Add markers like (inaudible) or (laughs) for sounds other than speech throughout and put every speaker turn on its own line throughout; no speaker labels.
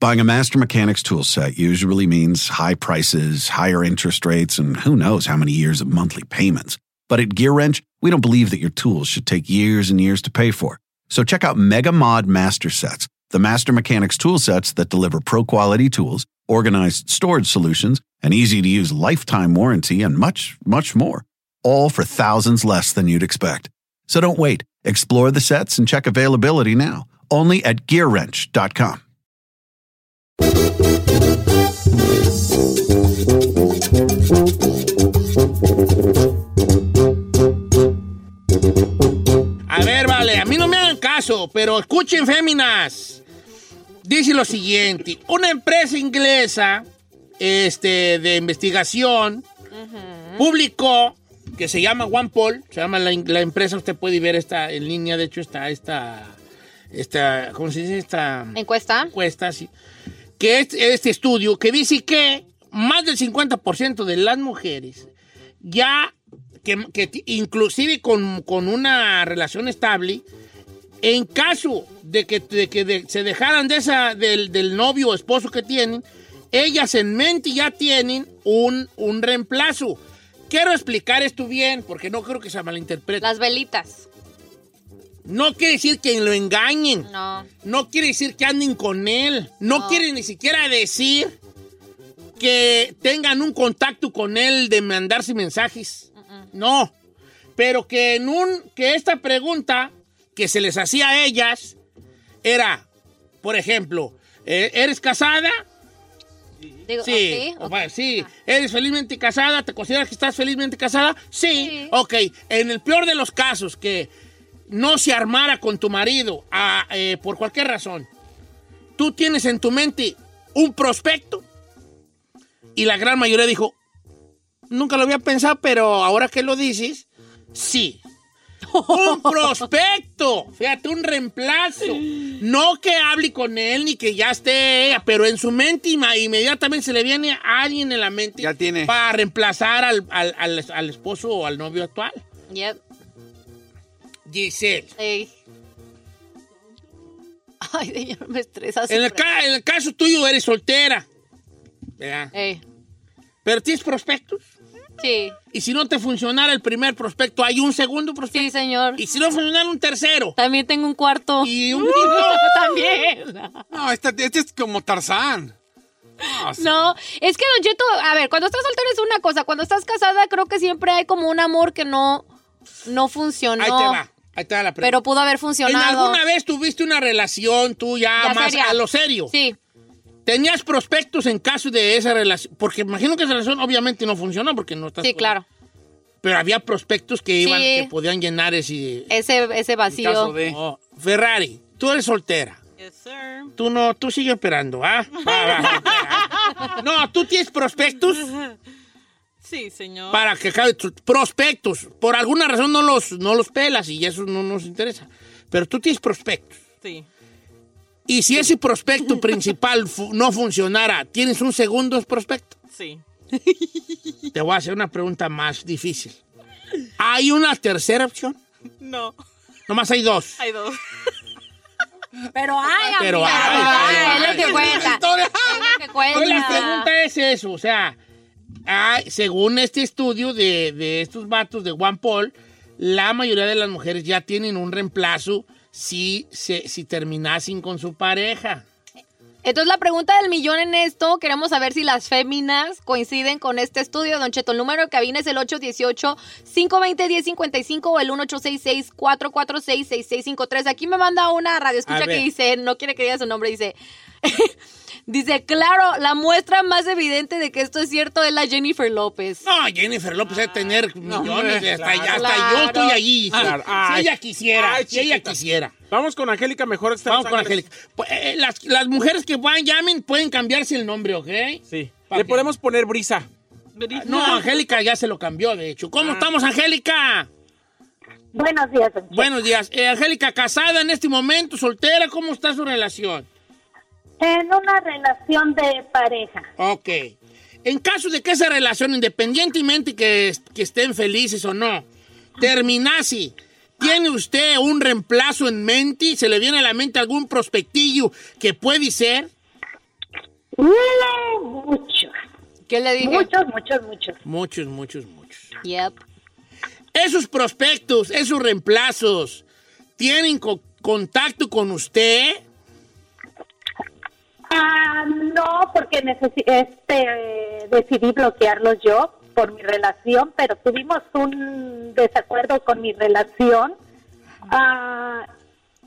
Buying a Master Mechanics tool set usually means high prices, higher interest rates, and who knows how many years of monthly payments. But at Gear Wrench, we don't believe that your tools should take years and years to pay for. So check out Mega Mod Master Sets, the Master Mechanics tool sets that deliver pro quality tools, organized storage solutions, an easy to use lifetime warranty, and much, much more. All for thousands less than you'd expect. So don't wait. Explore the sets and check availability now. Only at gearwrench.com.
A ver, vale, a mí no me hagan caso, pero escuchen, féminas. Dice lo siguiente: una empresa inglesa este, de investigación publicó que se llama OnePoll, se llama la, la empresa, usted puede ver esta en línea, de hecho, está esta, esta, ¿cómo se dice? Esta
¿Encuesta?
encuesta, sí, que es este estudio que dice que más del 50% de las mujeres ya, que, que ti- inclusive con, con una relación estable, en caso de que, de que de- se dejaran de esa, del, del novio o esposo que tienen, ellas en mente ya tienen un, un reemplazo. Quiero explicar esto bien, porque no creo que se malinterprete.
Las velitas.
No quiere decir que lo engañen.
No.
No quiere decir que anden con él. No, quiere ni siquiera decir que tengan un contacto con él de mandarse mensajes. No. Pero que en un que esta pregunta que se les hacía a ellas era, por ejemplo, eh, ¿eres casada?
Digo, ¿ah,
Sí,
ok,
o
ok.
va- sí. ¿Eres felizmente casada? ¿Te consideras que estás felizmente casada? Sí. Ok, en el peor de los casos, que no se armara con tu marido a, eh, por cualquier razón, tú tienes en tu mente un prospecto y la gran mayoría dijo, nunca lo había pensado, pero ahora que lo dices, sí. Un prospecto, fíjate, un reemplazo. No que hable con él ni que ya esté ella, pero en su mente inma- inmediatamente se le viene a alguien en la mente
Ya tiene.
para reemplazar al, al- al- al esposo o al novio actual.
Yep.
Giselle.
Ey. (laughs) Ay, señor, me estresa.
En el,
siempre.
ca- en el caso tuyo eres soltera, ¿verdad?
Ey.
pero tienes prospectos.
Sí.
Y si no te funcionara el primer prospecto, hay un segundo prospecto.
Sí, señor.
Y si no funcionara un tercero.
También tengo un cuarto.
Y un quinto.
(laughs) También. (laughs)
No, esta- este es como Tarzán. No, sí.
No, es que Don Cheto, a ver, cuando estás soltero es una cosa, cuando estás casada creo que siempre hay como un amor que no, no funcionó,
Ahí te va. Ahí te va la
pero
pregunta.
pudo haber
¿En
funcionado.
alguna vez tuviste una relación tú ya,
Ya
más
seria.
a lo serio?
Sí,
¿Tenías prospectos en caso de esa relación? Porque imagino que esa relación obviamente no funcionó porque no estás...
sí,
con-
claro,
Pero había prospectos que iban,
Sí. Eh.
que podían llenar ese...
ese, ese
En caso
vacío.
de-
Oh, Ferrari, tú eres soltera. Tú no, tú sigue esperando, ¿ah? Va, va, va. no, tú tienes prospectos
Sí, señor.
para que acabe tus prospectos. Por alguna razón no los, no los pelas y eso no nos interesa. Pero tú tienes prospectos.
Sí.
Y si ese prospecto principal fu- no funcionara, ¿tienes un segundo prospecto?
Sí.
Te voy a hacer una pregunta más difícil. ¿Hay una tercera opción?
No.
Nomás hay dos.
Hay dos.
Ah, Pero ay,
Pero
amiga,
ay,
ay,
pero
es lo
ay.
que cuenta, (laughs)
Historia. (laughs)
es lo que cuenta.
Pues la pregunta es eso, o sea, ah, según este estudio de, de estos vatos de Juan Paul, la mayoría de las mujeres ya tienen un reemplazo si, se, si terminasen con su pareja.
Entonces la pregunta del millón en esto, queremos saber si las féminas coinciden con este estudio, Don Cheto. El número de cabina es el 818-520-1055 o el 1866-446-6653. Aquí me manda una radio
A
escucha
ver.
que dice, no quiere que diga su nombre, dice... (laughs) Dice, claro, la muestra más evidente de que esto es cierto es la Jennifer López.
No, Jennifer López debe tener millones.
hombre,
hasta hasta
claro.
yo estoy allí.
Claro.
Si
Ay.
ella quisiera,
Ay,
si ella
chiquita.
quisiera.
Vamos con Angélica, mejor está
Vamos
en
con
sangre.
Angélica. Pues, eh, las, las mujeres que van, llamen, pueden cambiarse el nombre, ¿ok?
Sí.
¿Para
Le
qué?
podemos poner brisa.
Ah, No, Angélica ya se lo cambió, de hecho.
Ah.
¿Cómo estamos, Angélica?
Buenos días, don Cheto.
Buenos días. Eh, Angélica, casada en este momento, soltera, ¿cómo está su relación?
En una relación de pareja.
Ok. En caso de que esa relación, independientemente que, que estén felices o no, terminase, ¿tiene usted un reemplazo en mente? ¿Se le viene a la mente algún prospectillo que puede ser?
Huele mucho.
¿Qué le dije?
Muchos, muchos, muchos.
Muchos, muchos, muchos.
Yep.
¿Esos prospectos, esos reemplazos, tienen co- contacto con usted?
Ah, no, porque necesi- este, decidí bloquearlos yo por mi relación, pero tuvimos un desacuerdo con mi relación. Ah,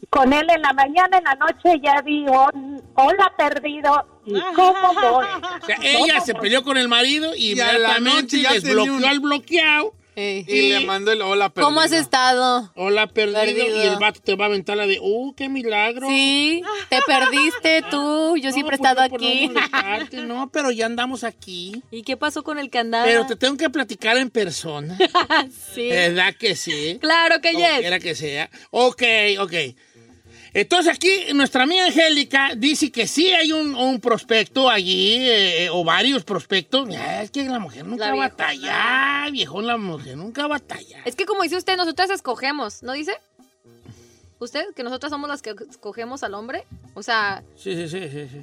con él en la mañana, en la noche ya vi un hola perdido. ¿Y cómo voy?
O sea, ella se peleó con el marido y,
Y a la
inmediatamente
noche ya
desbloqueó
tenía un-
al bloqueado.
Eh.
Y, le mando el hola, pero.
¿Cómo has estado?
Hola, perdido.
Perdido.
Y el vato te va a aventar la de, ¡uh, qué milagro!
Sí, te
(laughs)
perdiste tú, yo
No,
siempre he
pues,
estado
no, por
aquí.
No, molestarte, no, pero ya andamos aquí.
(laughs) ¿Y qué pasó con el que andaba?
Pero te tengo que platicar en persona.
Ah. (laughs) sí.
¿Verdad que sí?
Claro que
Como
yes.
quiera que sea. Ok, ok. Entonces aquí nuestra amiga Angélica dice que sí hay un, un prospecto allí, eh, eh, o varios prospectos. Ah, Es que la mujer nunca
La viejona.
batalla, viejón, la mujer nunca batalla.
Es que como dice usted, nosotras escogemos, ¿no dice? ¿Usted? Que nosotras somos las que escogemos al hombre. O sea,
Sí, sí, sí, sí. sí.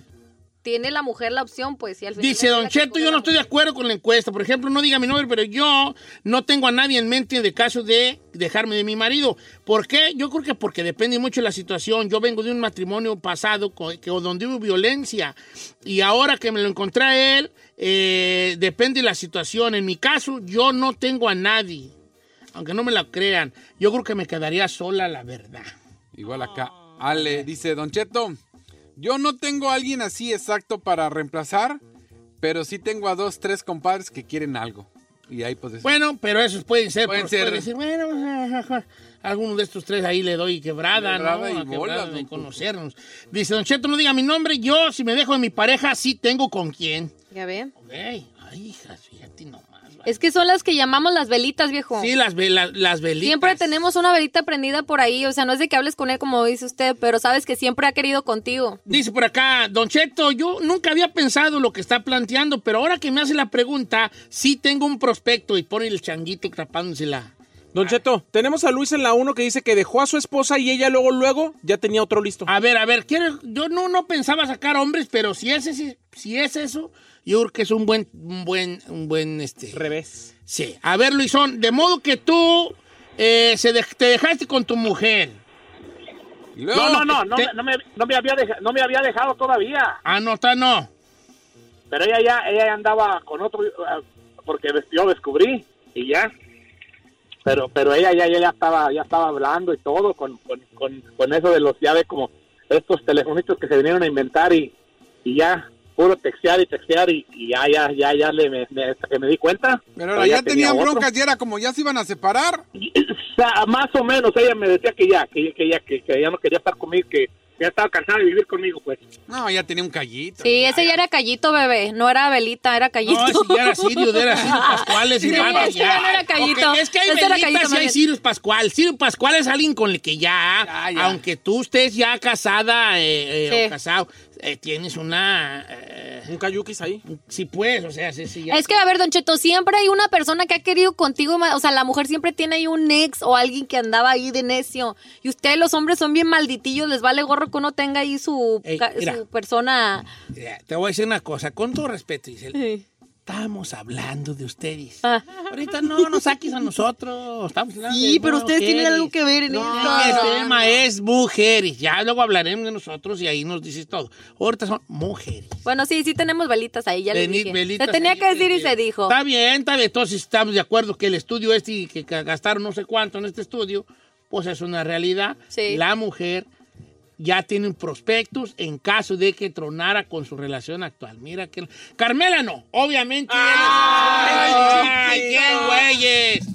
tiene la mujer la opción, pues. Y al final
Dice
es la
Don
que
Cheto,
escoge
yo
la
no estoy de acuerdo con la encuesta. Por ejemplo, no diga mi nombre, pero yo no tengo a nadie en mente de caso de dejarme de mi marido. ¿Por qué? Yo creo que porque depende mucho de la situación. Yo vengo de un matrimonio pasado co- que, donde hubo violencia y ahora que me lo encontré a él, eh, depende de la situación. En mi caso, yo no tengo a nadie. Aunque no me la crean, yo creo que me quedaría sola, la verdad.
Igual acá. Ale dice, Don Cheto, yo no tengo a alguien así exacto para reemplazar, pero sí tengo a dos, tres compadres que quieren algo. Y ahí pues...
Bueno, pero esos pueden ser.
Pueden
pues, puede
ser.
decir, bueno, ajá, ajá, alguno de estos tres ahí le doy quebrada,
Quebrada
¿no?
y
A
bolas,
quebrada de
don Cuco.
conocernos. Dice, Don Cheto, no diga mi nombre. Yo, si me dejo de mi pareja, sí tengo con quién.
opción. Ya ve.
Ok. Ay, hijas, fíjate nomás. va.
Es que son las que llamamos las velitas, viejo.
Sí, las, ve- las, las velitas.
Siempre tenemos una velita prendida por ahí, o sea, no es de que hables con él como dice usted, pero sabes que siempre ha querido contigo.
Dice por acá, Don Cheto, yo nunca había pensado lo que está planteando, pero ahora que me hace la pregunta, sí tengo un prospecto y pone el changuito tapándose la...
Don Cheto, tenemos a Luis en la 1 que dice que dejó a su esposa y ella luego, luego ya tenía otro listo.
(laughs) A ver, a ver, quiero, yo no, no pensaba sacar hombres, pero si es, ese- si es eso, yo creo que es un buen, un buen, un buen, este...
Revés.
Sí, a ver, Luisón, de modo que tú eh, se dej- te dejaste con tu mujer.
y luego-
No, no, no, no,
Te-
me- no me, no, me había deja- no me había dejado todavía,
Ah, no, está, no.
pero ella ya ella ya andaba con otro, ah, porque des- yo descubrí y ya. Pero pero ella ya, ya, ya estaba ya estaba hablando y todo con, con, con, con eso de los, ya ve como estos telefonitos que se vinieron a inventar y, y ya, puro textear y textear y, y ya, ya, ya, ya le, me, me- hasta que me di cuenta.
Pero ahora ya tenían
otro.
broncas y era como ya se iban a separar.
Y, (clears throat) o sea, más o menos ella me decía que ya, que, que ya, que, que ya no quería estar conmigo, que ya estaba cansada de vivir conmigo, pues.
No, ya tenía un callito.
Sí, ese ya era callito, bebé, no era velita, era callito.
No, si ya era Sirio, era Sirio Pascual,
(laughs)
es
Sí,
igual,
es que ya no era Callito.
Ok, es que hay
Ese era Callito
velitas y
más
hay
bien.
Sirio Pascual. Sirio Pascual es alguien con el que ya,
Ya, ya.
aunque tú estés ya casada eh, eh,
Sí.
o casado, eh, tienes una... eh,
Un cayuquis ahí.
sí, pues, o sea, sí, sí. ya.
Es que, a ver, Don Cheto, siempre hay una persona que ha querido contigo, ma- o sea, la mujer siempre tiene ahí un ex o alguien que andaba ahí de necio. Y ustedes, los hombres, son bien malditillos, les vale gorro que uno tenga ahí su,
Ey,
ca-
mira.
su persona.
Mira, Te voy a decir una cosa, con todo respeto, Giselle.
Sí.
Estamos hablando de ustedes.
Ah.
Ahorita no nos saques a nosotros. Estamos hablando
Sí,
de
pero ustedes tienen algo que ver en
no,
esto.
El tema es mujeres. Ya luego hablaremos de nosotros y ahí nos dices todo. Ahorita son mujeres.
Bueno, sí, sí tenemos velitas ahí, ya les
Veni-
dije.
velitas
se tenía
ahí,
que decir y
velitas.
se dijo.
Está bien, está bien. Entonces estamos de acuerdo que el estudio este y que ca- gastaron no sé cuánto en este estudio, pues es una realidad.
Sí.
La mujer ya tienen prospectos en caso de que tronara con su relación actual. Mira que... Carmela no, obviamente. ella no- ¡Ay, qué güeyes!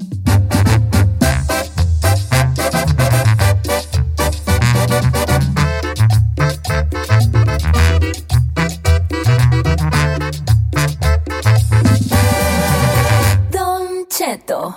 Don Cheto.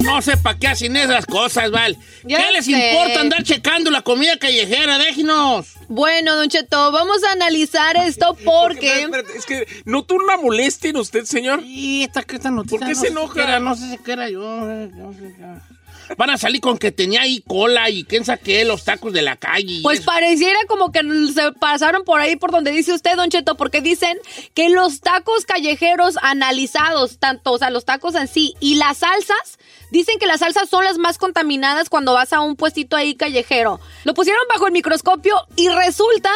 No sé para qué hacen esas cosas, Val.
Ya
¿Qué les
sé.
importa andar checando la comida callejera? Déjenos.
Bueno, Don Cheto, vamos a analizar
(laughs)
esto porque.
Espérate, es que no tú la molestia en usted, señor.
Y esta, esta noticia.
¿Por qué
no
se
sé
enoja?
qué era, no sé si qué era yo. eh, no sé qué era. Van a salir con que tenía ahí cola y quién saqué los tacos de la calle. y
Pues
eso.
pareciera como que se pasaron por ahí por donde dice usted, Don Cheto, porque dicen que los tacos callejeros analizados, tanto, o sea, los tacos en sí y las salsas, dicen que las salsas son las más contaminadas cuando vas a un puestito ahí callejero. Lo pusieron bajo el microscopio y resulta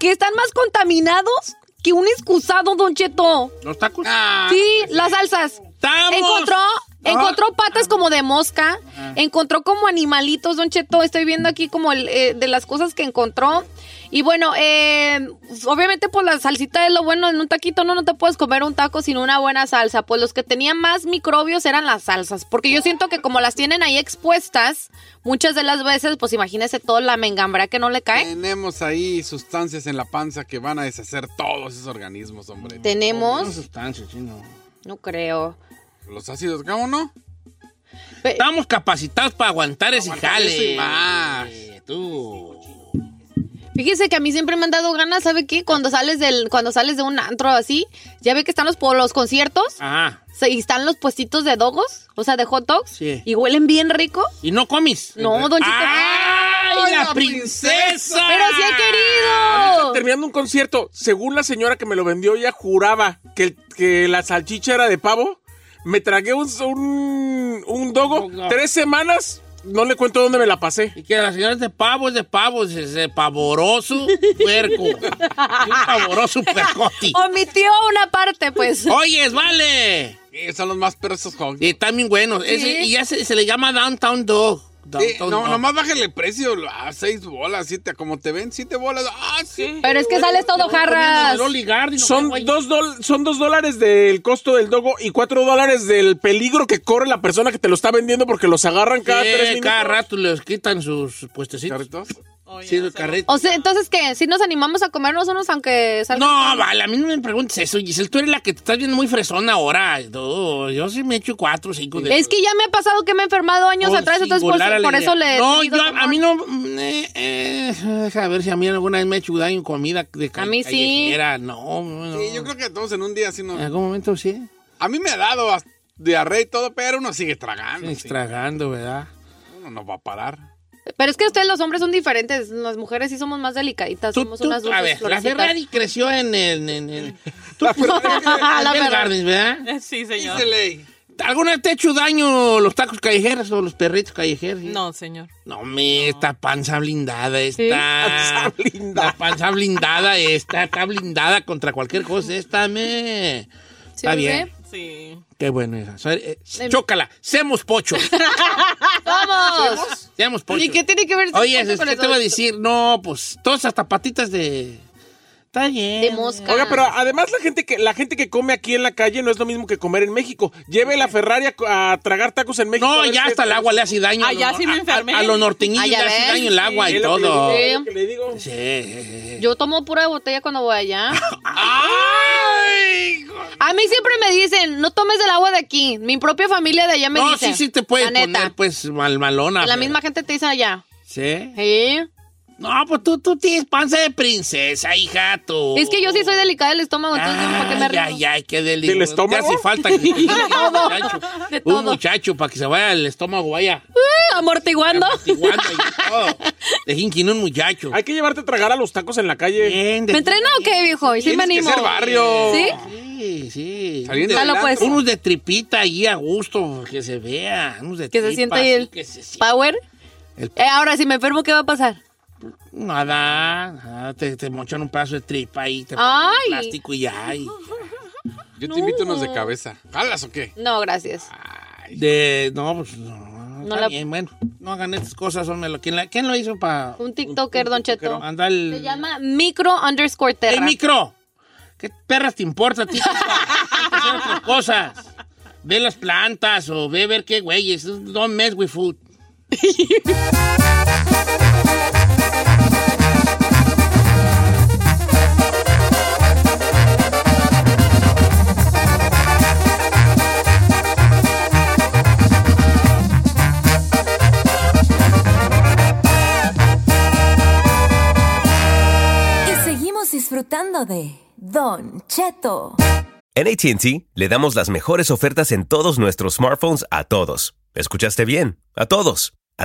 que están más contaminados que un excusado, Don Cheto.
¿Los tacos?
Ah.
Sí, las salsas.
¡Estamos!
Encontró, encontró patas como de mosca, encontró como animalitos, Don Cheto. Estoy viendo aquí como el, eh, de las cosas que encontró. Y bueno, eh, obviamente pues la salsita es lo bueno en un taquito, no, no te puedes comer un taco sin una buena salsa. Pues los que tenían más microbios eran las salsas, porque yo siento que como las tienen ahí expuestas, muchas de las veces, pues imagínese toda la mengambra que no le cae.
Tenemos ahí sustancias en la panza que van a deshacer todos esos organismos, hombre.
No,
Tenemos,
sustancias, sí, no.
no creo.
Los ácidos, ¿cómo no?
Pe-
Estamos capacitados para aguantar ese
Aguantar
jale.
eso y más.
Eh, Tú.
Fíjese que a mí siempre me han dado ganas, ¿sabe qué? Cuando sales del, cuando sales de un antro así, ya ve que están los, por los conciertos
Ajá.
se- y están los puestitos de dogos, o sea, de hot dogs,
Sí.
y huelen bien rico.
¿Y no comis?
No, don Cheto.
¡Ay, la
la
princesa!
pues.
Ah,
Pero sí he querido.
Terminando un concierto, según la señora que me lo vendió, ella juraba que, el- que la salchicha era de pavo. Me tragué un, un, un dogo.
Dogo.
Tres semanas, no le cuento dónde me la pasé.
Y que la señora es de pavo, es de pavo, es de pavoroso
(laughs)
puerco. un pavoroso puercoti.
Omitió una parte,
(laughs)
pues.
Oyes, vale.
Eh, son los más perros hot
Y están bien buenos. Ese-
Sí.
y ya se, se le llama Downtown Dog.
Eh,
Downtown
no,
Dog.
nomás bájale el precio. A seis bolas, siete. Como te ven, siete bolas. Ah, sí.
Pero es que sales todo jarras.
Loli Garden, no
Son
me voy.
dos, dol- son dos dólares del costo del dogo y cuatro dólares del peligro que corre la persona que te lo está vendiendo porque los agarran cada
Sí,
tres minutos.
cada rato les quitan sus puestecitos.
¿Carritos?
Oye,
Sí,
o
de
sea,
carrito.
O sea, entonces, ¿qué? Si nos animamos a comernos unos aunque salgan.
No, vale, a mí no me preguntes eso, Giselle. Tú eres la que te estás viendo muy fresona ahora. No, yo sí me echo cuatro, cinco de Oh,
Es que ya me ha pasado que me he enfermado años
Con
atrás, entonces por,
singular
por
alegría.
eso le. he
No,
tenido
yo a-
temor.
a mí no. mm, eh, eh, deja ver si a mí alguna vez me he hecho daño en comida de ca-
A mí sí.
callejera. No, no, no.
Sí, yo creo que todos en un día así no. Ah,
En algún momento sí.
A mí me ha dado hasta diarrea y todo, pero uno sigue tragando.
Estoy
sí.
Estragando, ¿verdad?
Uno no va a parar.
Pero es que ustedes, los hombres, son diferentes. Las mujeres sí somos más delicaditas.
Tú,
somos
tú-
unas dulces
a ver, la
florecitas.
Ferrari creció en el. En,
(laughs)
en- tú- (laughs)
La
Bell
Ferrari.
Gardens, ¿verdad?
Sí, señor.
Dísele.
¿Alguna vez te ha hecho daño los tacos callejeros o los perritos callejeros?
No, señor.
No, me, esta panza blindada esta.
Sí.
Panza blindada.
La panza blindada esta, está blindada contra cualquier cosa esta, me.
¿Sí Em.
está
lo
bien.
sé?
Sí.
Qué bueno esa. Soy- eh, chócala, seamos pochos.
(laughs) ¡Vamos!
seamos pochos.
¿Y qué tiene que ver este
Oye,
punto
es
con
que
el
te voy a
otro?
decir, no, pues, todas hasta patitas de. Está bien.
De mosca.
Oiga, pero además la gente que la gente que come aquí en la calle no es lo mismo que comer en México. Lleve la Ferrari a, co- a tragar tacos en México.
No,
a ver
ya
si-
hasta el agua le hace daño. a
Ah, ya
los-
sí me
a-
enfermé.
A, a los norteñillos
Ah,
le
ya
hace
ves.
daño el agua
Es
y
lo que
todo.
le digo,
Sí.
lo que le digo.
Sí, sí, sí.
Yo tomo pura botella cuando voy allá.
¡Ay! hijo!
A mí siempre me dicen, no tomes del agua de aquí. Mi propia familia de allá me
No,
dice.
sí, sí te puedes
La neta.
poner, pues, mal, malona.
La
pero-
misma gente te dice allá.
Sí.
Sí.
No, pues tú, tú tienes panza de princesa, hija, tú.
Es que yo sí soy delicada del estómago, entonces ¿para qué me
Oh. Ay,
río?
ay, ay, qué delicioso.
¿Del estómago?
Te hace falta
(laughs)
que te quite un
todo.
muchacho.
De
Un
todo.
muchacho para que se vaya el estómago, vaya.
Eh, Amortiguando.
amortiguando
(laughs)
y todo. Dejen que un muchacho.
Hay que llevarte a tragar a los tacos en la calle.
Bien,
¿Me entrena o qué, viejo? Sí me
Tienes que
animo.
ser barrio.
¿Sí?
Sí, sí.
Saliendo
Jalo,
del
pues.
antro.
Unos de tripita ahí a gusto, que se vea. Unos de
Que se
tripa,
sienta ahí
así
el-
que se sienta.
Power.
El-
Eh, ahora, si me enfermo, ¿qué va a pasar?
Nada, nada, te, te mochan un pedazo de tripa ahí, te ponen
Ay.
plástico y ya. y-
Yo te invito unos de cabeza. ¿Jalas o qué?
No, gracias.
Ah, de, no, pues no. está
la-
bien, bueno, no hagan estas cosas, hombre. lo- ¿Quién, la- quién lo hizo para
Un TikToker, Don Cheto.
Anda
Se
el,
llama micro underscore terra.
el micro. ¿Qué perras te importa? Tienes que hacer otras cosas. Ve las plantas o ve ver qué güeyes. Don't mess with food.
Y seguimos disfrutando de Don Cheto.
En ATT le damos las mejores ofertas en todos nuestros smartphones a todos. ¿Escuchaste bien? A todos. A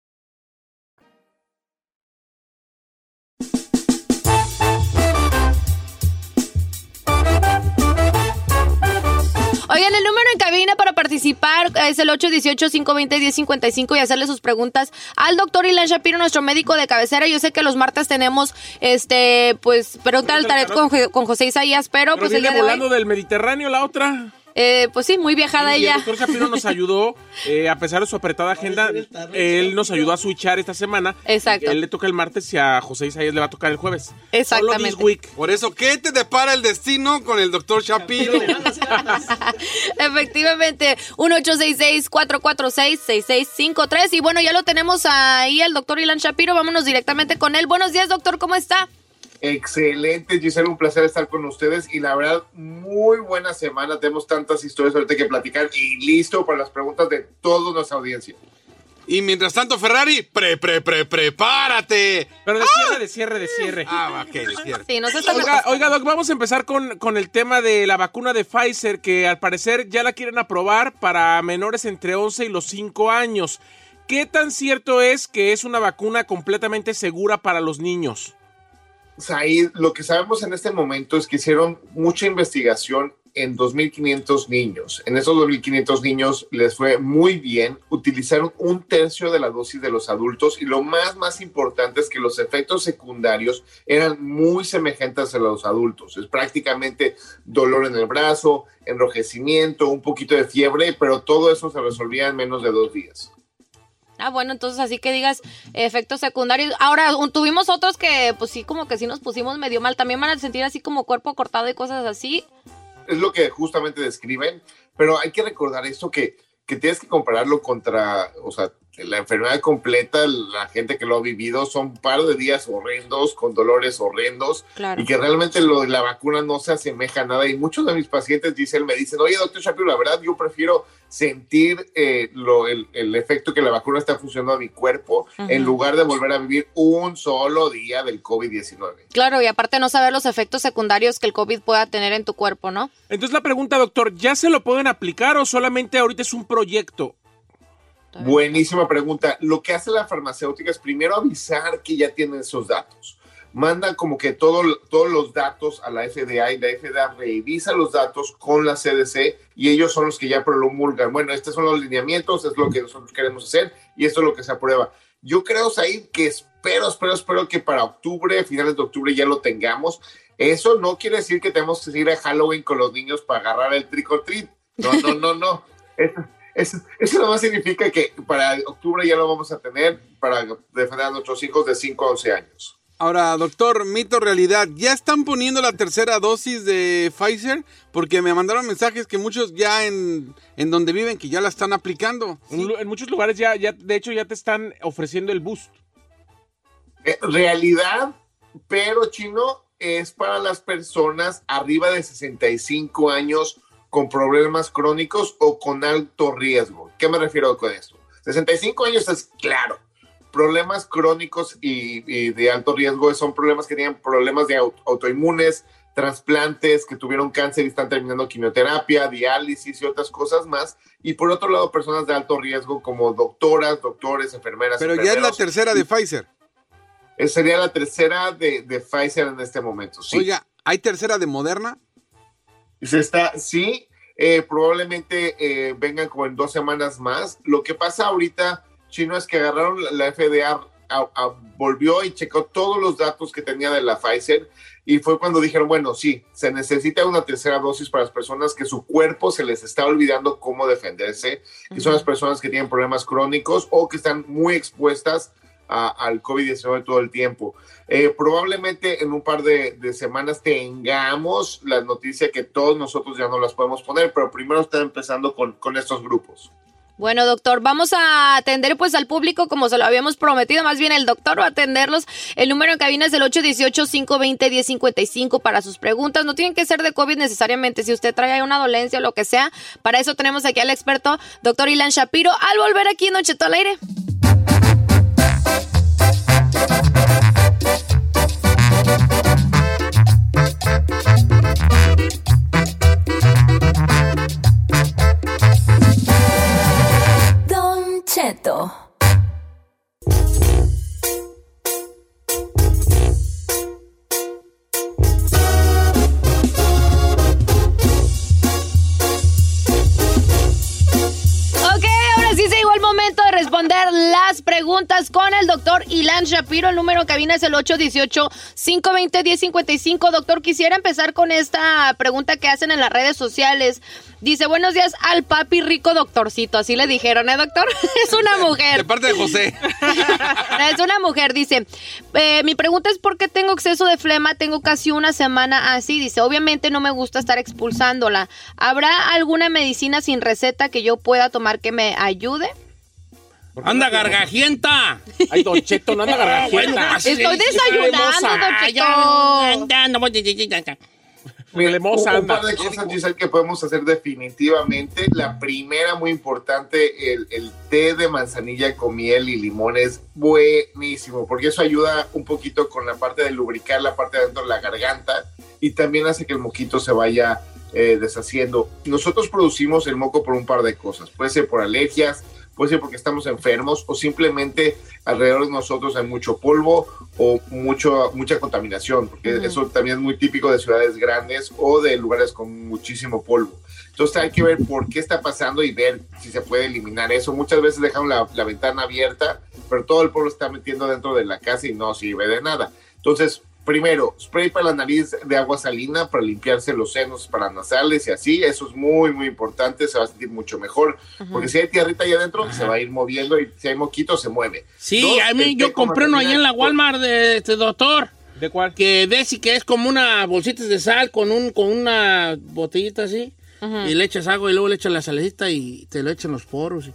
Oigan, el número en cabina para participar es el 818-520-1055 y hacerle sus preguntas al doctor Ilan Shapiro, nuestro médico de cabecera. Yo sé que los martes tenemos, este, pues, pregunta al tarot con, Jo- con José Isaías, pero,
Pero
pues el
viene
día de
volando
hoy,
del Mediterráneo la otra.
eh, pues sí, muy viajada
Y el
ella.
doctor Shapiro nos ayudó, eh, a pesar de su apretada agenda, él nos ayudó a switchar esta semana.
Exacto.
Él le toca el martes y a José Isaías le va a tocar el jueves. Solo this week.
Por eso, ¿qué te depara el destino con el doctor Shapiro?
Efectivamente, 1866-446-6653. Y bueno, ya lo tenemos ahí al doctor Ilan Shapiro. Vámonos directamente con él. Buenos días, doctor, ¿cómo está?
Excelente, Giselle, un placer estar con ustedes y la verdad, muy buena semana. Tenemos tantas historias ahorita que platicar y listo para las preguntas de toda nuestra audiencia.
Y mientras tanto, Ferrari, pre, pre, pre, prepárate.
Pero de cierre, de cierre, de cierre.
Ah, ok, de cierre.
Sí, no se está
Oiga, oiga, Doc, vamos a empezar con, con el tema de la vacuna de Pfizer, que al parecer ya la quieren aprobar para menores entre 11 y los 5 años. ¿Qué tan cierto es que es una vacuna completamente segura para los niños?
Said, lo que sabemos en este momento es que hicieron mucha investigación en 2.500 niños. En esos 2.500 niños les fue muy bien, utilizaron un tercio de la dosis de los adultos y lo más, más importante es que los efectos secundarios eran muy semejantes a los adultos. Es prácticamente dolor en el brazo, enrojecimiento, un poquito de fiebre, pero todo eso se resolvía en menos de dos días.
Ah, bueno, entonces así que digas efectos secundarios. Ahora, un- tuvimos otros que, pues sí, como que sí nos pusimos medio mal. También van a sentir así como cuerpo cortado y cosas así.
es lo que justamente describen, pero hay que recordar esto que, que tienes que compararlo contra, o sea, la enfermedad completa, la gente que lo ha vivido, son un par de días horrendos, con dolores horrendos,
Claro.
y que realmente lo de la vacuna no se asemeja a nada. Y muchos de mis pacientes dicen, me dicen, oye, doctor Shapiro, la verdad, yo prefiero sentir eh, lo- el, el efecto que la vacuna está funcionando a mi cuerpo
Ujú.
en lugar de volver a vivir un solo día del COVID-19.
Claro, y aparte no saber los efectos secundarios que el COVID pueda tener en tu cuerpo, ¿no?
Entonces la pregunta, doctor, ¿ya se lo pueden aplicar o solamente ahorita es un proyecto?
Buenísima pregunta. Lo que hace la farmacéutica es primero avisar que ya tienen esos datos. Mandan como que todo, todos los datos a la FDA y la FDA revisa los datos con la CDC y ellos son los que ya promulgan. Bueno, estos son los lineamientos, es lo que nosotros queremos hacer y esto es lo que se aprueba. Yo creo, Said, que espero, espero, espero que para octubre, finales de octubre ya lo tengamos. Eso no quiere decir que tenemos que ir a Halloween con los niños para agarrar el trick or treat. No, no, no,
(laughs)
no. Eso, eso, eso nada más significa que para octubre ya lo vamos a tener para defender a nuestros hijos de 5 a 11 años.
Ahora, doctor, mito realidad, ¿ya están poniendo la tercera dosis de Pfizer? Porque me mandaron mensajes que muchos ya en, en donde viven que ya la están aplicando.
En lu- En muchos lugares ya, ya, de hecho, ya te están ofreciendo el boost.
Eh, realidad, pero chino es para las personas arriba de 65 años con problemas crónicos o con alto riesgo. ¿Qué me refiero con esto? 65 años es claro. Problemas crónicos y, y de alto riesgo son problemas que tienen problemas de au- autoinmunes, trasplantes, que tuvieron cáncer y están terminando quimioterapia, diálisis y otras cosas más. Y por otro lado, personas de alto riesgo como doctoras, doctores, enfermeras.
Pero ya es la
enfermeros.
tercera de Pfizer.
Eh, Sería la tercera de, de Pfizer en este momento. Sí.
Oiga, ¿hay tercera de Moderna?
Se está, sí, eh, probablemente eh, vengan como en dos semanas más. Lo que pasa ahorita, Chino, es que agarraron la, la FDA, a- a- volvió y checó todos los datos que tenía de la Pfizer y fue cuando dijeron, bueno, sí, se necesita una tercera dosis para las personas que su cuerpo se les está olvidando cómo defenderse, que son las personas que tienen problemas crónicos o que están muy expuestas a- al COVID-19 todo el tiempo. Eh, probablemente en un par de, de semanas tengamos la noticia que todos nosotros ya no las podemos poner, pero primero está empezando con, con estos grupos.
Bueno, doctor, vamos a atender pues al público como se lo habíamos prometido, más bien el doctor va a atenderlos. El número en cabina es el 818-520-1055 para sus preguntas. No tienen que ser de COVID necesariamente, si usted trae una dolencia o lo que sea, para eso tenemos aquí al experto, doctor Ilan Shapiro, al volver aquí en Don Cheto al aire.
Don Cheto.
Ok, ahora sí se llegó el momento de responder las preguntas con el doctor Ilan Shapiro. El número en cabina es el 818-520-1055. Doctor, quisiera empezar con esta pregunta que hacen en las redes sociales. Dice, buenos días al papi rico doctorcito. Así le dijeron, ¿eh, doctor? (laughs) Es una mujer.
De parte de José.
(laughs) Es una mujer, dice. eh, mi pregunta es por qué tengo exceso de flema. Tengo casi una semana así. Dice, obviamente no me gusta estar expulsándola. ¿Habrá alguna medicina sin receta que yo pueda tomar que me ayude?
¡Anda gargajienta!
Ay, Don Cheto,
(laughs)
no anda gargajienta.
pues,
Estoy desayunando, Don
Ay,
Cheto.
ya, anda, anda, anda.
Mira, un,
Hermosa,
un par
anda.
de cosas, Giselle, que podemos hacer definitivamente. La primera, muy importante, el, el té de manzanilla con miel y limón es buenísimo, porque eso ayuda un poquito con la parte de lubricar la parte de adentro de la garganta y también hace que el moquito se vaya eh, deshaciendo. Nosotros producimos el moco por un par de cosas. Puede ser por alergias, puede ser porque estamos enfermos o simplemente alrededor de nosotros hay mucho polvo o mucho, mucha contaminación, porque
Ujú.
eso también es muy típico de ciudades grandes o de lugares con muchísimo polvo. Entonces hay que ver por qué está pasando y ver si se puede eliminar eso. Muchas veces dejamos la, la ventana abierta, pero todo el polvo está metiendo dentro de la casa y no sirve de nada. Entonces, primero, spray para la nariz de agua salina para limpiarse los senos paranasales y así. Eso es muy, muy importante. Se va a sentir mucho mejor. Porque si hay tierrita ahí adentro, se va a ir moviendo y si hay moquito, se mueve.
Sí,
Dos,
a mí
este,
el té
yo
con
compré uno ahí
manzanilla
en la
con-
Walmart de este doctor.
¿De cuál?
Que Desi, que es como una bolsita de sal con un con una botellita así. Y le echas agua y luego le echas la salecita y te lo echan los poros.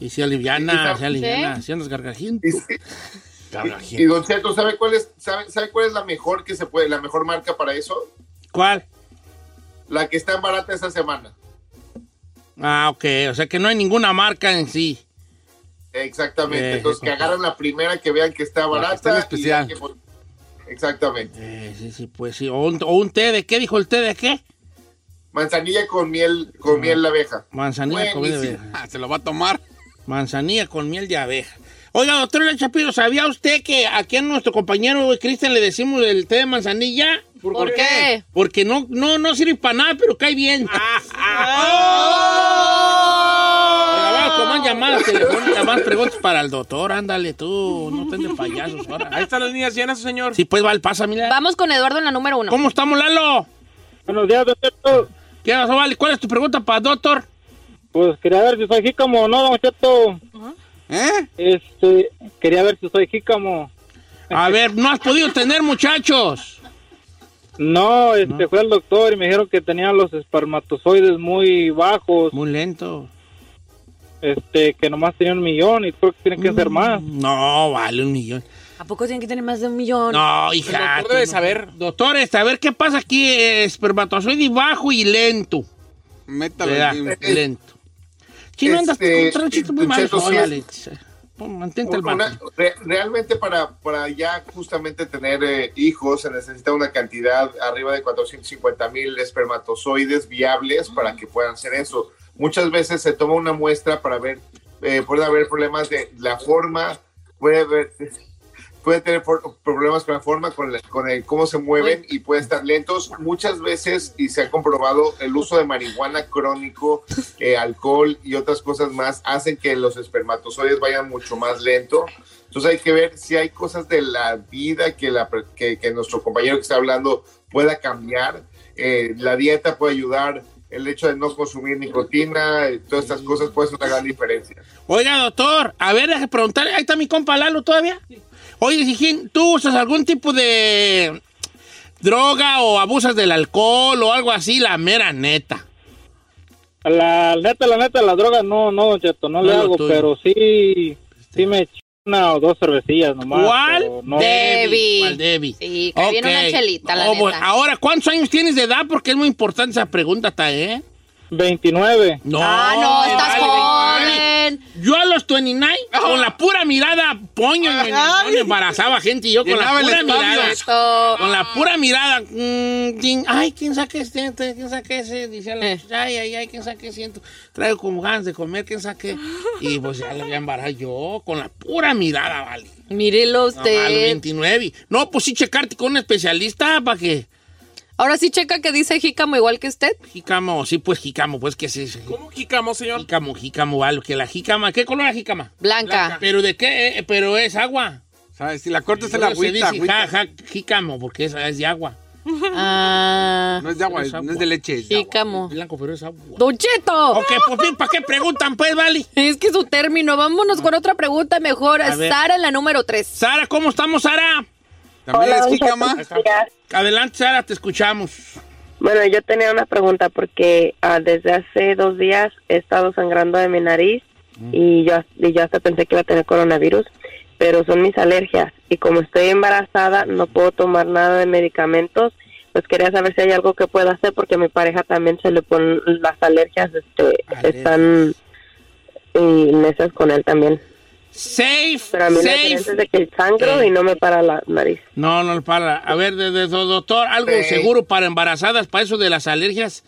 Y se aliviana,
Sí.
se aliviana. Se andas gargajín. (laughs)
Y, Don Cheto, ¿sabe cuál es, sabe, sabe cuál es la mejor que se puede, la mejor marca para eso?
¿Cuál?
La que está en barata esta semana.
Ah, ok. O sea que no hay ninguna marca en sí.
Exactamente.
Eh,
Entonces, que agarran la primera que vean que está
que
barata.
está en
y la
especial.
que pon- Exactamente.
Eh, sí, sí, pues sí. O un, o un té de qué dijo el té de qué?
Manzanilla con miel, con miel de abeja.
Ah, Manzanilla con miel de
Buenísimo.
(laughs)
abeja.
Ah,
se lo va a tomar. Manzanilla con miel de abeja. Oiga, doctor León Chapiro, ¿sabía usted que aquí a nuestro compañero Cristian le decimos el té de manzanilla? ¿Por,
qué?
Porque no, no, no sirve para nada, pero cae (laughs) bien. ¡Oh! Oiga, vamos con más (laughs) llamadas telefónicas, más preguntas para el doctor. Ándale tú, no estén de payasos ahora. Ahí están las líneas llenas, señor. Sí, pues va el pasa, mira.
Vamos con Eduardo en la número uno.
¿Cómo estamos, Lalo?
Buenos días, doctor.
¿Qué pasó, Vale? ¿Cuál es tu pregunta para el doctor?
Pues quería ver si soy jícamo o no, don Cheto.
¿Eh?
Este, quería ver si soy jícamo.
A ver, ¿no has podido tener muchachos?
No, este, fue al doctor y me dijeron que tenía los espermatozoides muy bajos.
Muy lento.
Este, que nomás tenía un millón y creo que tiene que
Mm.
ser más.
No, vale, un millón.
¿A poco tienen que tener más de un millón?
No,
Ah,
hija. tú no. Doctores, a ver qué pasa aquí. eh, Espermatozoide bajo y lento.
Métalo
¿Verdad?
al gym.
Lento. Chino, andas con
Este,
un chiste muy
Don
malo.
Cheto, sí es-
Mantente el
Una-
barco.
re- realmente para, para ya justamente tener eh, hijos se necesita una cantidad arriba de 450 mil espermatozoides viables para que puedan hacer eso. Muchas veces se toma una muestra para ver, eh, puede haber problemas de la forma, puede, haber- (laughs) puede tener por- problemas con la forma, con, la- con el cómo se mueven y pueden estar lentos. Muchas veces, y se ha comprobado, el uso de marihuana crónico, eh, alcohol y otras cosas más hacen que los espermatozoides vayan mucho más lento. Entonces hay que ver si hay cosas de la vida que, la, per- que, que nuestro compañero que está hablando pueda cambiar. Eh, la dieta puede ayudar, el hecho de no consumir nicotina, eh, todas estas cosas puede ser una gran diferencia.
Oiga, doctor, a ver, déjame preguntarle. Ahí está mi compa Lalo todavía. Oye, Sijín, ¿tú usas algún tipo de droga o abusas del alcohol o algo así? La mera neta.
La neta, la neta, las drogas no, no, don Cheto, no,
No
le
es lo
hago,
tuyo.
pero sí, sí me eché una o dos cervecillas nomás.
¿Cuál?
pero no-
Debbie. ¿Cuál Debbie? Sí,
que viene una chelita, la neta.
Ahora, ¿cuántos años tienes de edad? Porque es muy importante esa pregunta, ta, ¿eh?
29.
No.
Ah, no, estás
vale,
joven.
Yo a los 29, con la pura mirada, poño, en el riñón, embarazaba gente y yo con la
Llenaba el
pura
estadio.
mirada.
Esto.
Con la pura mirada. mm, tin, ay, ¿quién saque este? este, ¿Quién saque ese? Dice la
Eh.
muchacha, ay, ay, ay, ¿quién saque siento? Traigo como ganas de comer, ¿quién saque? Y pues ya la voy a embarazar yo, con la pura mirada, vale.
Mírelo
No, a los
usted.
29. No, pues sí, checarte con un especialista para que.
Ahora sí checa que dice jícamo igual que usted.
Jicamo, sí, pues jicamo, pues que sí. ¿Cómo jicamo, señor? Jicamo, jicamo, vale, que la jicama. ¿Qué color es la jicama?
Blanca.
¿Pero de qué? Eh, pero es agua.
¿Sabes? Si la cortas
Por
en la
eso se
agüita,
dice
agüita.
ja, ja, jícamo, porque esa es de agua.
Ah.
No es de agua,
Pero es
no
agua.
es de leche. es de agua.
Jícamo.
Blanco, pero es agua.
¡Don Cheto!
Ok, pues bien, ¿para qué preguntan, pues, vale?
Es que su término. Vámonos con otra pregunta mejor.
A ver.
Sara en la número tres.
Sara, ¿cómo estamos, Sara?
¿También Hola, es don jícama? Cheto, buenos días.
Adelante, Sara, te escuchamos.
Bueno, yo tenía una pregunta porque ah, desde hace dos días he estado sangrando de mi nariz
Mm.
y yo, y yo hasta pensé que iba a tener coronavirus, pero son mis alergias y como estoy embarazada no puedo tomar nada de medicamentos, pues quería saber si hay algo que pueda hacer porque a mi pareja también se le ponen las alergias, este, están inmensas con él también.
Safe,
Pero a mí la
safe.
diferencia es de que sangro y no me para la nariz.
No, no, para. A ver, de, de- doctor, algo
Sí.
seguro para embarazadas, para eso de las alergias.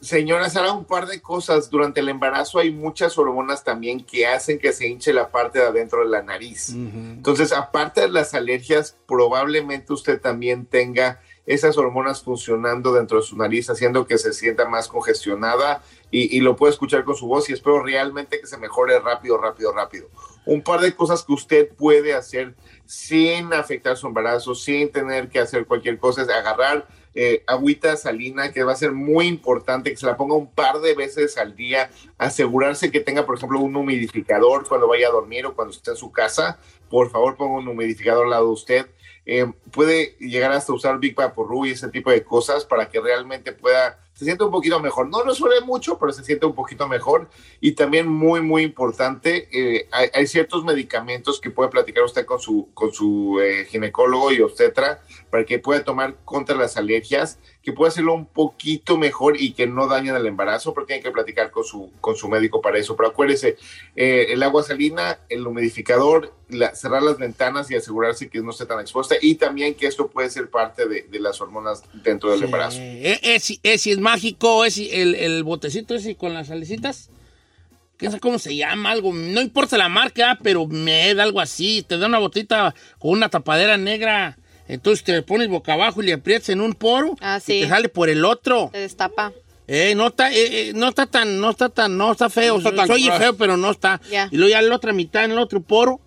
Señoras, hará un par de cosas. Durante el embarazo hay muchas hormonas también que hacen que se hinche la parte de adentro de la nariz. Entonces, aparte de las alergias, probablemente usted también tenga esas hormonas funcionando dentro de su nariz, haciendo que se sienta más congestionada y, y lo puedo escuchar con su voz y espero realmente que se mejore rápido, rápido, rápido. Un par de cosas que usted puede hacer sin afectar su embarazo, sin tener que hacer cualquier cosa, es agarrar eh, agüita salina, que va a ser muy importante, que se la ponga un par de veces al día, asegurarse que tenga, por ejemplo, un humidificador cuando vaya a dormir o cuando esté en su casa, por favor ponga un humidificador al lado de usted. eh, puede llegar hasta usar Big Vaporru y ese tipo de cosas para que realmente pueda, se siente un poquito mejor. No resuelve mucho, pero se siente un poquito mejor. Y también muy, muy importante, eh, hay, hay ciertos medicamentos que puede platicar usted con su, con su eh, ginecólogo y obstetra para que pueda tomar contra las alergias, que pueda hacerlo un poquito mejor y que no dañen el embarazo, pero tiene que platicar con su, con su médico para eso. Pero acuérdese, eh, el agua salina, el humidificador, la- cerrar las ventanas y asegurarse que no esté tan expuesta y también que esto puede ser parte de, de las hormonas dentro del embarazo.
Eh, ese, ese es mágico, ese, el, el botecito ese con las salecitas. ¿Quién sabe cómo se llama? Algo, no importa la marca, pero me da algo así. Te da una botita con una tapadera negra. Entonces te pones boca abajo y le aprietas en un poro.
Ah, sí.
Y te sale por el otro.
Se destapa.
Eh, no está, eh, eh, no está tan, no está tan, no está feo.
está tan
Soy
gross.
feo, pero no está.
Ya.
Y luego ya la otra mitad en el otro poro.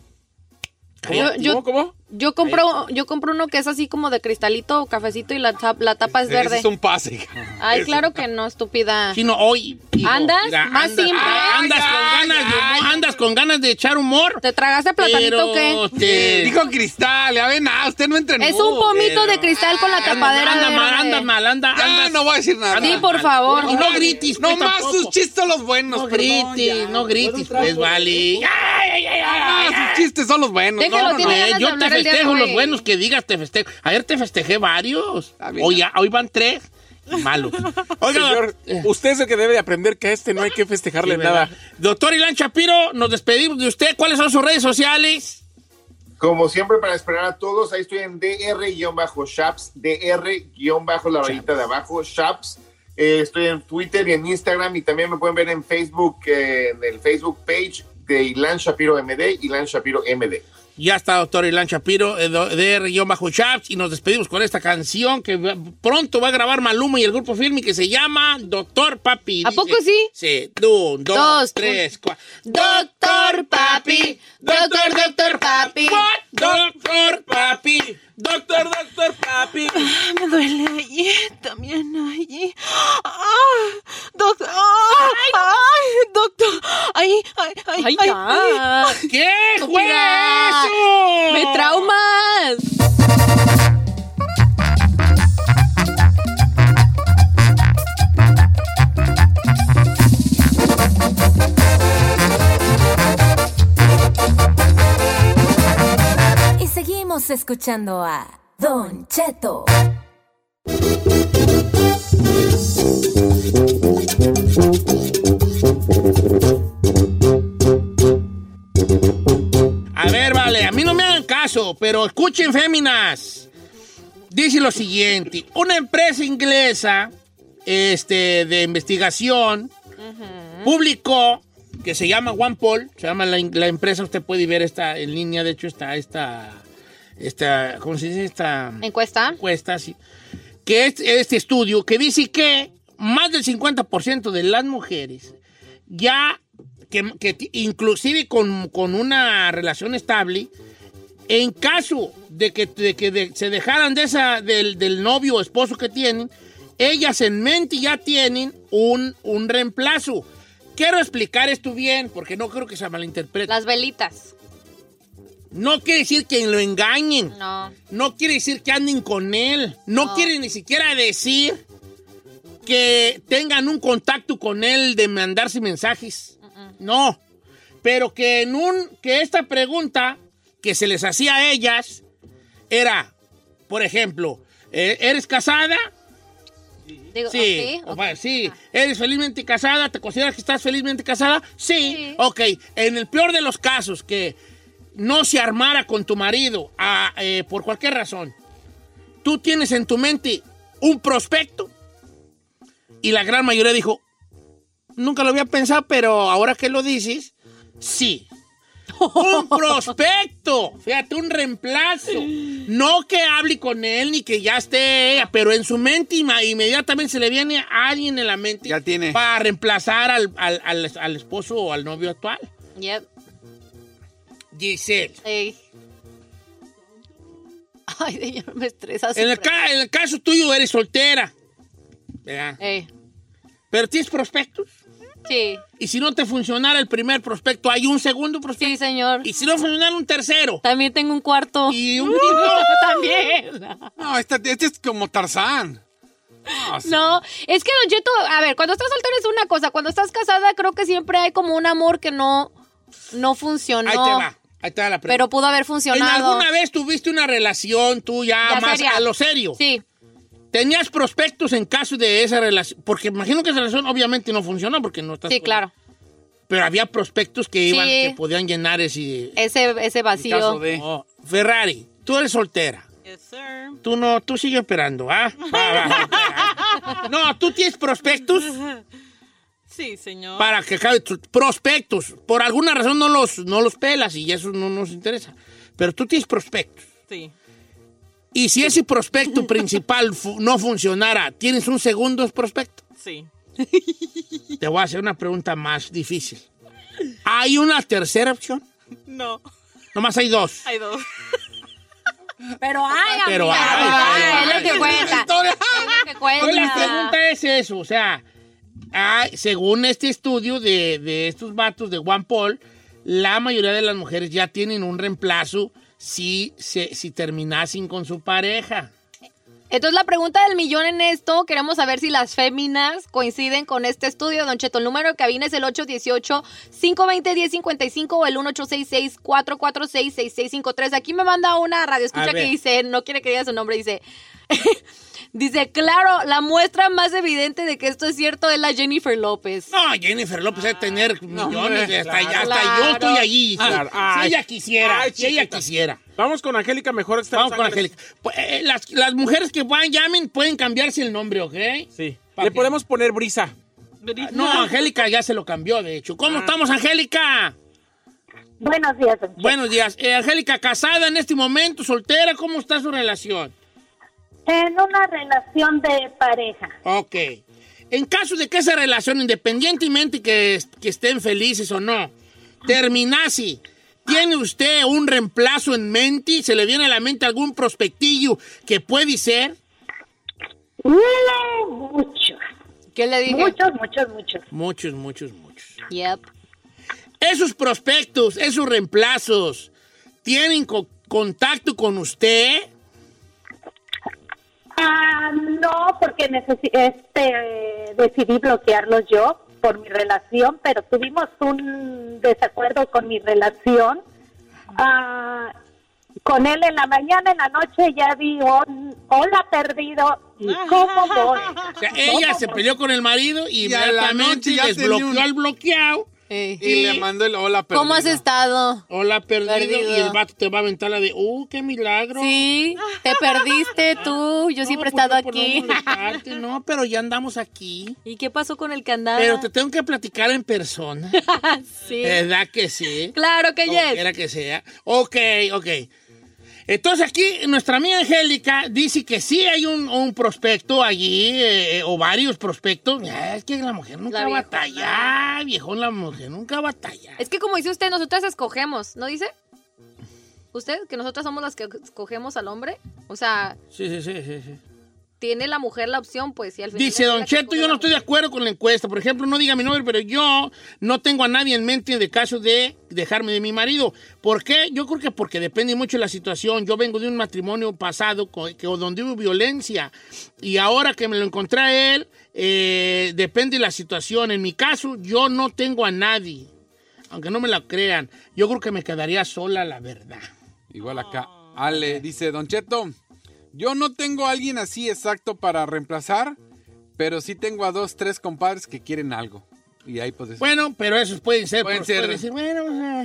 Yo,
Cállate.
yo, yo compro, yo compro uno que es así como de cristalito o cafecito y la, tap- la tapa es
Ese
verde.
es un pase.
Ay, claro que no, estúpida.
Sí, no, hoy. hijo,
¿Andas?
mira,
Más
andas-
simple.
ah, andas con ganas de humor, andas con ganas de echar humor.
¿Te tragaste platanito o qué?
Dijo cristal, ya ven, ah, usted no entra en
Es un
modo,
pomito
pero-
de cristal con la tapadera
anda mal,
verde.
anda mal, anda,
Ya,
andas-
no voy a decir nada.
Sí, por favor.
Y no grites.
No más sus chistes los buenos.
pues, No
perdón,
grites,
ya.
no grites, pues vale. Ay, ay, ay, ay, ay.
Ah, sus chistes son los buenos.
Déjalo, tiene ganas de
Yo te
hablar el día de
festejo
hoy.
los buenos que digas, te festejo. Ayer te festejé varios.
Ah,
bien.
Hoy, ya- hoy van tres.
(laughs)
Malos. Oiga,
Señor,
eh.
usted es el que debe de aprender que a este no hay que festejarle
eh, Sí, ¿verdad?
nada.
Doctor Ilan Shapiro, nos despedimos de usted. ¿Cuáles son sus redes sociales?
Como siempre, para esperar a todos, ahí estoy en DR-Shaps, DR-bajo la rayita de abajo, Shaps. Eh, estoy en Twitter y en Instagram y también me pueden ver en Facebook, eh, en el Facebook page de Ilan Shapiro MD, Ilan Shapiro MD.
Ya está, doctor Ilan Shapiro, eh, do- DR-Chaps, y nos despedimos con esta canción que va- pronto va a grabar Maluma y el grupo Filmi que se llama Doctor Papi.
¿A poco sí?
Sí, un, dos,
Dos,
tres, cuatro.
Doctor Papi, doctor, doctor Papi.
Doctor Papi, doctor,
(laughs)
doctor Papi.
Me duele allí, también allí. ¡Ah! Doctor. ¡Ah! ¡Ay! Doctor. ¡Ay! ¡Ay! ¡Ay!
Ay,
ay,
ya.
ay.
¿Qué fue
Estúpida.
eso?
¡Me traumas!
Y seguimos escuchando a Don Cheto.
A ver, vale, a mí no me hagan caso, pero escuchen, féminas. Dice lo siguiente: una empresa inglesa este, de investigación publicó que se llama OnePoll, se llama la, la empresa, usted puede ver esta en línea, de hecho, está esta, esta, ¿cómo se dice? Esta
¿Encuesta?
encuesta, sí, que es este estudio que dice que más del 50% de las mujeres ya, que, que ti- inclusive con, con una relación estable, en caso de que, de que de- se dejaran de esa, del, del novio o esposo que tienen, ellas en mente ya tienen un, un reemplazo. Quiero explicar esto bien, porque no creo que se malinterprete.
Las velitas.
No quiere decir que lo engañen.
No.
No quiere decir que anden con él. No,
No.
quiere ni siquiera decir que tengan un contacto con él de mandarse mensajes. No. Pero que en un que esta pregunta que se les hacía a ellas era, por ejemplo, ¿e- ¿eres casada?
Digo,
Sí,
ok,
o
ok.
va- sí. ¿Eres felizmente casada? ¿Te consideras que estás felizmente casada? Sí. Ok, en el peor de los casos, que no se armara con tu marido a, eh, por cualquier razón, tú tienes en tu mente un prospecto y la gran mayoría dijo, nunca lo había pensado, pero ahora que lo dices, sí. Un prospecto, fíjate, un reemplazo. No que hable con él ni que ya esté ella, pero en su mente inma- inmediatamente se le viene a alguien en la mente
Ya tiene.
para reemplazar al, al- al- al esposo o al novio actual.
Yep.
Giselle.
Ey. (laughs) Ay, señor, me estresa.
En el,
siempre.
ca- en el caso tuyo eres soltera, ¿verdad?
Ey.
pero tienes prospectos.
Sí.
Y si no te funcionara el primer prospecto, hay un segundo prospecto. Sí,
señor.
Y si no funcionara un tercero.
También tengo un cuarto.
Y un
(laughs) También.
No, este, este es como Tarzán.
Ah,
No, es que Don Cheto, a ver, cuando estás soltero es una cosa, cuando estás casada creo que siempre hay como un amor que no, no funcionó.
Ahí te va. Ahí te va la pregunta.
Pero pudo haber funcionado.
¿En alguna vez tuviste una relación tú ya,
Ya
más
seria.
a lo serio?
Sí.
¿Tenías prospectos en caso de esa relación? Porque imagino que esa relación obviamente no funcionó porque no estás...
Sí, claro.
Pero había prospectos que iban,
Sí.
que podían llenar ese...
Ese, ese vacío.
Oh, Ferrari, tú eres soltera. Tú no, tú sigue esperando, ¿ah? Va,
(laughs)
va. no, tú tienes prospectos
Sí, señor.
para que acabe tus prospectos. Por alguna razón no los, no los pelas y eso no nos interesa. Pero tú tienes prospectos.
Sí.
Y si ese prospecto principal fu- no funcionara, ¿tienes un segundo prospecto?
Sí.
Te voy a hacer una pregunta más difícil. ¿Hay una tercera opción?
No.
Nomás hay dos.
Hay dos.
Pero hay,
Pero
amiga,
hay, pero
hay, es lo que
hay.
cuenta.
Entonces-
Es lo que cuenta.
Entonces, Pues la pregunta es eso, o sea, ah, según este estudio de, de estos vatos de Juan Paul, la mayoría de las mujeres ya tienen un reemplazo si, se, si terminasen con su pareja.
Entonces la pregunta del millón en esto, queremos saber si las féminas coinciden con este estudio. Don Cheto, el número de cabina es el 818-520-1055 o el 1866-446-6653. Aquí me manda una radio
A
escucha
ver.
que dice, no quiere que diga su nombre, dice... (laughs) Dice, claro, la muestra más evidente de que esto es cierto es la Jennifer López.
No, Jennifer López debe tener millones,
Ah, hombre,
hasta,
claro.
ya- hasta yo estoy allí.
Claro. Ah,
Si
Ay.
ella quisiera,
Ay,
si ella
chiquita.
quisiera.
Vamos con Angélica mejor. Vamos
con Angélica. Pues, eh, las, las mujeres que van, llamen, pueden cambiarse el nombre, ¿ok?
Sí. Le podemos poner brisa.
No, Angélica ya se lo cambió, de hecho.
Ah.
¿Cómo estamos, Angélica?
Buenos días, don Cheto.
Buenos días. Eh, Angélica, casada en este momento, soltera, ¿cómo está su relación?
En una relación de pareja.
Ok. En caso de que esa relación, independientemente que, est- que estén felices o no, terminase, ¿tiene usted un reemplazo en mente? ¿Se le viene a la mente algún prospectillo que puede ser?
Muchos.
¿Qué le dije?
Muchos, muchos, muchos.
Muchos, muchos, muchos.
Yep.
Esos prospectos, esos reemplazos, ¿tienen co- contacto con usted?
Ah, no, porque necesi- este, decidí bloquearlos yo por mi relación, pero tuvimos un desacuerdo con mi relación. Ah, con él en la mañana, en la noche ya vi un hola perdido. ¿Y cómo voy?
O sea, ella se peleó con el marido y,
Y a la
inmediatamente
noche ya
desbloqueó
tenía un-
al bloqueado.
Y le mandó el hola
Eh.
perdido.
¿Cómo has estado?
Hola, perdido.
Perdido.
Y el vato te va a aventar la de, ¡uh, qué milagro!
Sí, te perdiste tú, yo siempre he
pues,
estado
no, por no
aquí.
molestarte, no, pero ya andamos aquí.
(laughs) ¿Y qué pasó con el candado?
Pero te tengo que platicar en persona.
sí.
¿Verdad que sí?
Claro que
Como
yes.
quiera que sea. Ok, ok. Entonces aquí nuestra amiga Angélica dice que sí hay un, un prospecto allí, eh, eh, o varios prospectos. Ah, Es que la mujer nunca
La viejona.
batalla, viejón, la mujer nunca batalla.
Es que como dice usted, nosotras escogemos, ¿no dice? ¿Usted? Que nosotras somos las que escogemos al hombre. O sea,
Sí, sí, sí, sí. sí.
tiene la mujer la opción, pues, y al final
Dice
es la
Don
que
Cheto,
escoge
yo
la
no estoy de acuerdo con la encuesta. Por ejemplo, no diga mi nombre, pero yo no tengo a nadie en mente de caso de dejarme de mi marido. ¿Por qué? Yo creo que porque depende mucho de la situación. Yo vengo de un matrimonio pasado co- que, donde hubo violencia y ahora que me lo encontré a él, eh, depende de la situación. En mi caso, yo no tengo a nadie. Aunque no me la crean, yo creo que me quedaría sola, la verdad.
Igual acá. Ale dice, Don Cheto, yo no tengo a alguien así exacto para reemplazar, pero sí tengo a dos, tres compadres que quieren algo. Y ahí pues...
Bueno, pero esos pueden ser.
Pueden
pues, puede
ser.
decir, bueno,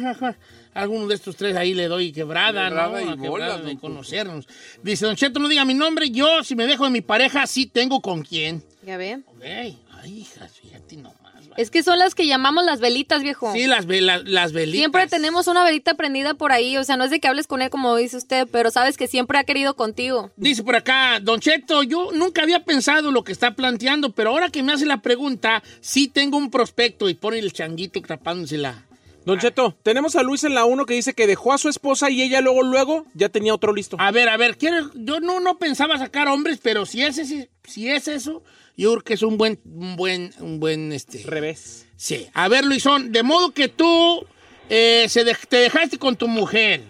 ajá, alguno de estos tres ahí le doy quebrada, ¿no?
Quebrada y
A quebrada
bolas,
de
don Cuco.
conocernos. Dice, Don Cheto, no diga mi nombre. Yo, si me dejo de mi pareja, sí tengo con quién.
mujer. Ya ve.
Ok. Ay, hija, fíjate nomás.
Es que son las que llamamos las velitas, viejo.
Sí, las, ve- las, las velitas.
Siempre tenemos una velita prendida por ahí, o sea, no es de que hables con él como dice usted, pero sabes que siempre ha querido contigo.
Dice por acá, Don Cheto, yo nunca había pensado lo que está planteando, pero ahora que me hace la pregunta, sí tengo un prospecto y pone el changuito tapándose la,
Don Cheto, tenemos a Luis en la 1 que dice que dejó a su esposa y ella luego, luego ya tenía otro listo.
A ver, a ver, quiero, yo no, no pensaba sacar hombres, pero si es, ese- si es eso, yo creo que es un buen, un buen, un buen, este...
Revés.
Sí. A ver, Luisón, de modo que tú eh, se dej- te dejaste con tu mujer.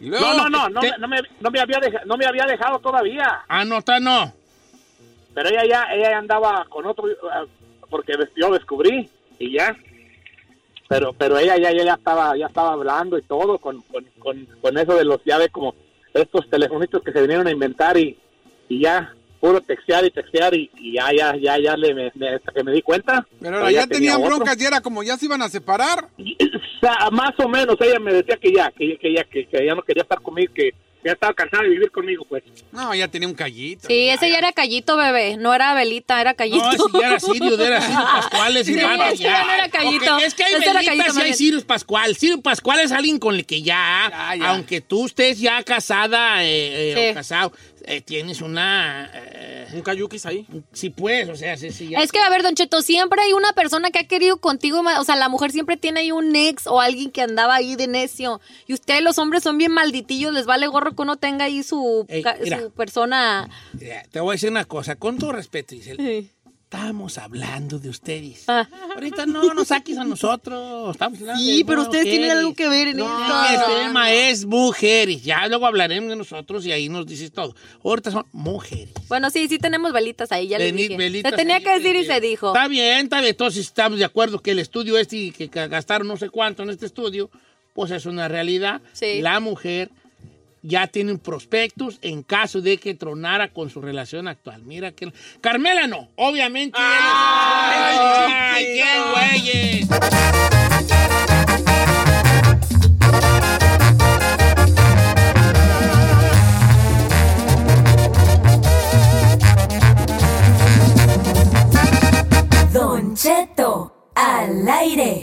No, no, no, no, me- no me, no me había deja- no me había dejado todavía.
Ah, no, está, no.
Pero ella ya, ella ya andaba con otro, eh, porque des- yo descubrí y ya. Pero, pero ella ya, ya, ya estaba, ya estaba hablando y todo con, con, con, con eso de los ya ve como estos telefonitos que se vinieron a inventar y, y ya puro textear y textear y, y ya, ya, ya, ya le me, me- hasta que me di cuenta.
Pero ahora ya tenían
tenía otro.
broncas y era como ya se iban a separar.
O sea, más o menos ella me decía que ya, que, que ya, que, que ya no quería estar conmigo, que ya estaba cansada de vivir conmigo, pues.
No, ya tenía un callito.
Sí, ese ya era callito, bebé. No era velita, era callito.
No, ese ya era Sirius,
(laughs)
era Sirius Pascual, ese
Sí,
ya, no,
ese ya no era Callito.
Ok, es que hay
Ese era Callito
velitas y
más
hay
bien.
Sirius Pascual. Sirius Pascual es alguien con el que ya, aunque tú estés ya casada eh, eh,
Sí.
o casado, eh, tienes una... ¿Un
cayuquis ahí?
Sí, pues, o sea, sí, sí. ya.
Es que, a ver, Don Cheto, siempre hay una persona que ha querido contigo, ma- o sea, la mujer siempre tiene ahí un ex o alguien que andaba ahí de necio. Y ustedes, los hombres, son bien malditillos, les vale gorro que uno tenga ahí su,
Ey,
ca-
mira.
su persona.
Mira, Te voy a decir una cosa, con todo respeto, Giselle. Estamos hablando de ustedes.
Ah.
Ahorita no nos saques a nosotros. Estamos hablando
Sí,
de
pero ustedes tienen algo que ver en
No,
esto.
el tema es mujeres. Ya luego hablaremos de nosotros y ahí nos dices todo. Ahorita son mujeres.
Bueno, sí, sí tenemos velitas ahí, ya les
Veni-
dije.
velitas
se tenía
ahí,
que decir y
velitas.
se dijo.
Está bien, está bien. Entonces estamos de acuerdo que el estudio este y que ca- gastaron no sé cuánto en este estudio, pues es una realidad.
Sí.
La mujer ya tiene un prospectus en caso de que tronara con su relación actual. Mira que... Carmela no, obviamente. ¡Ay, qué güeyes!
Don Cheto al aire.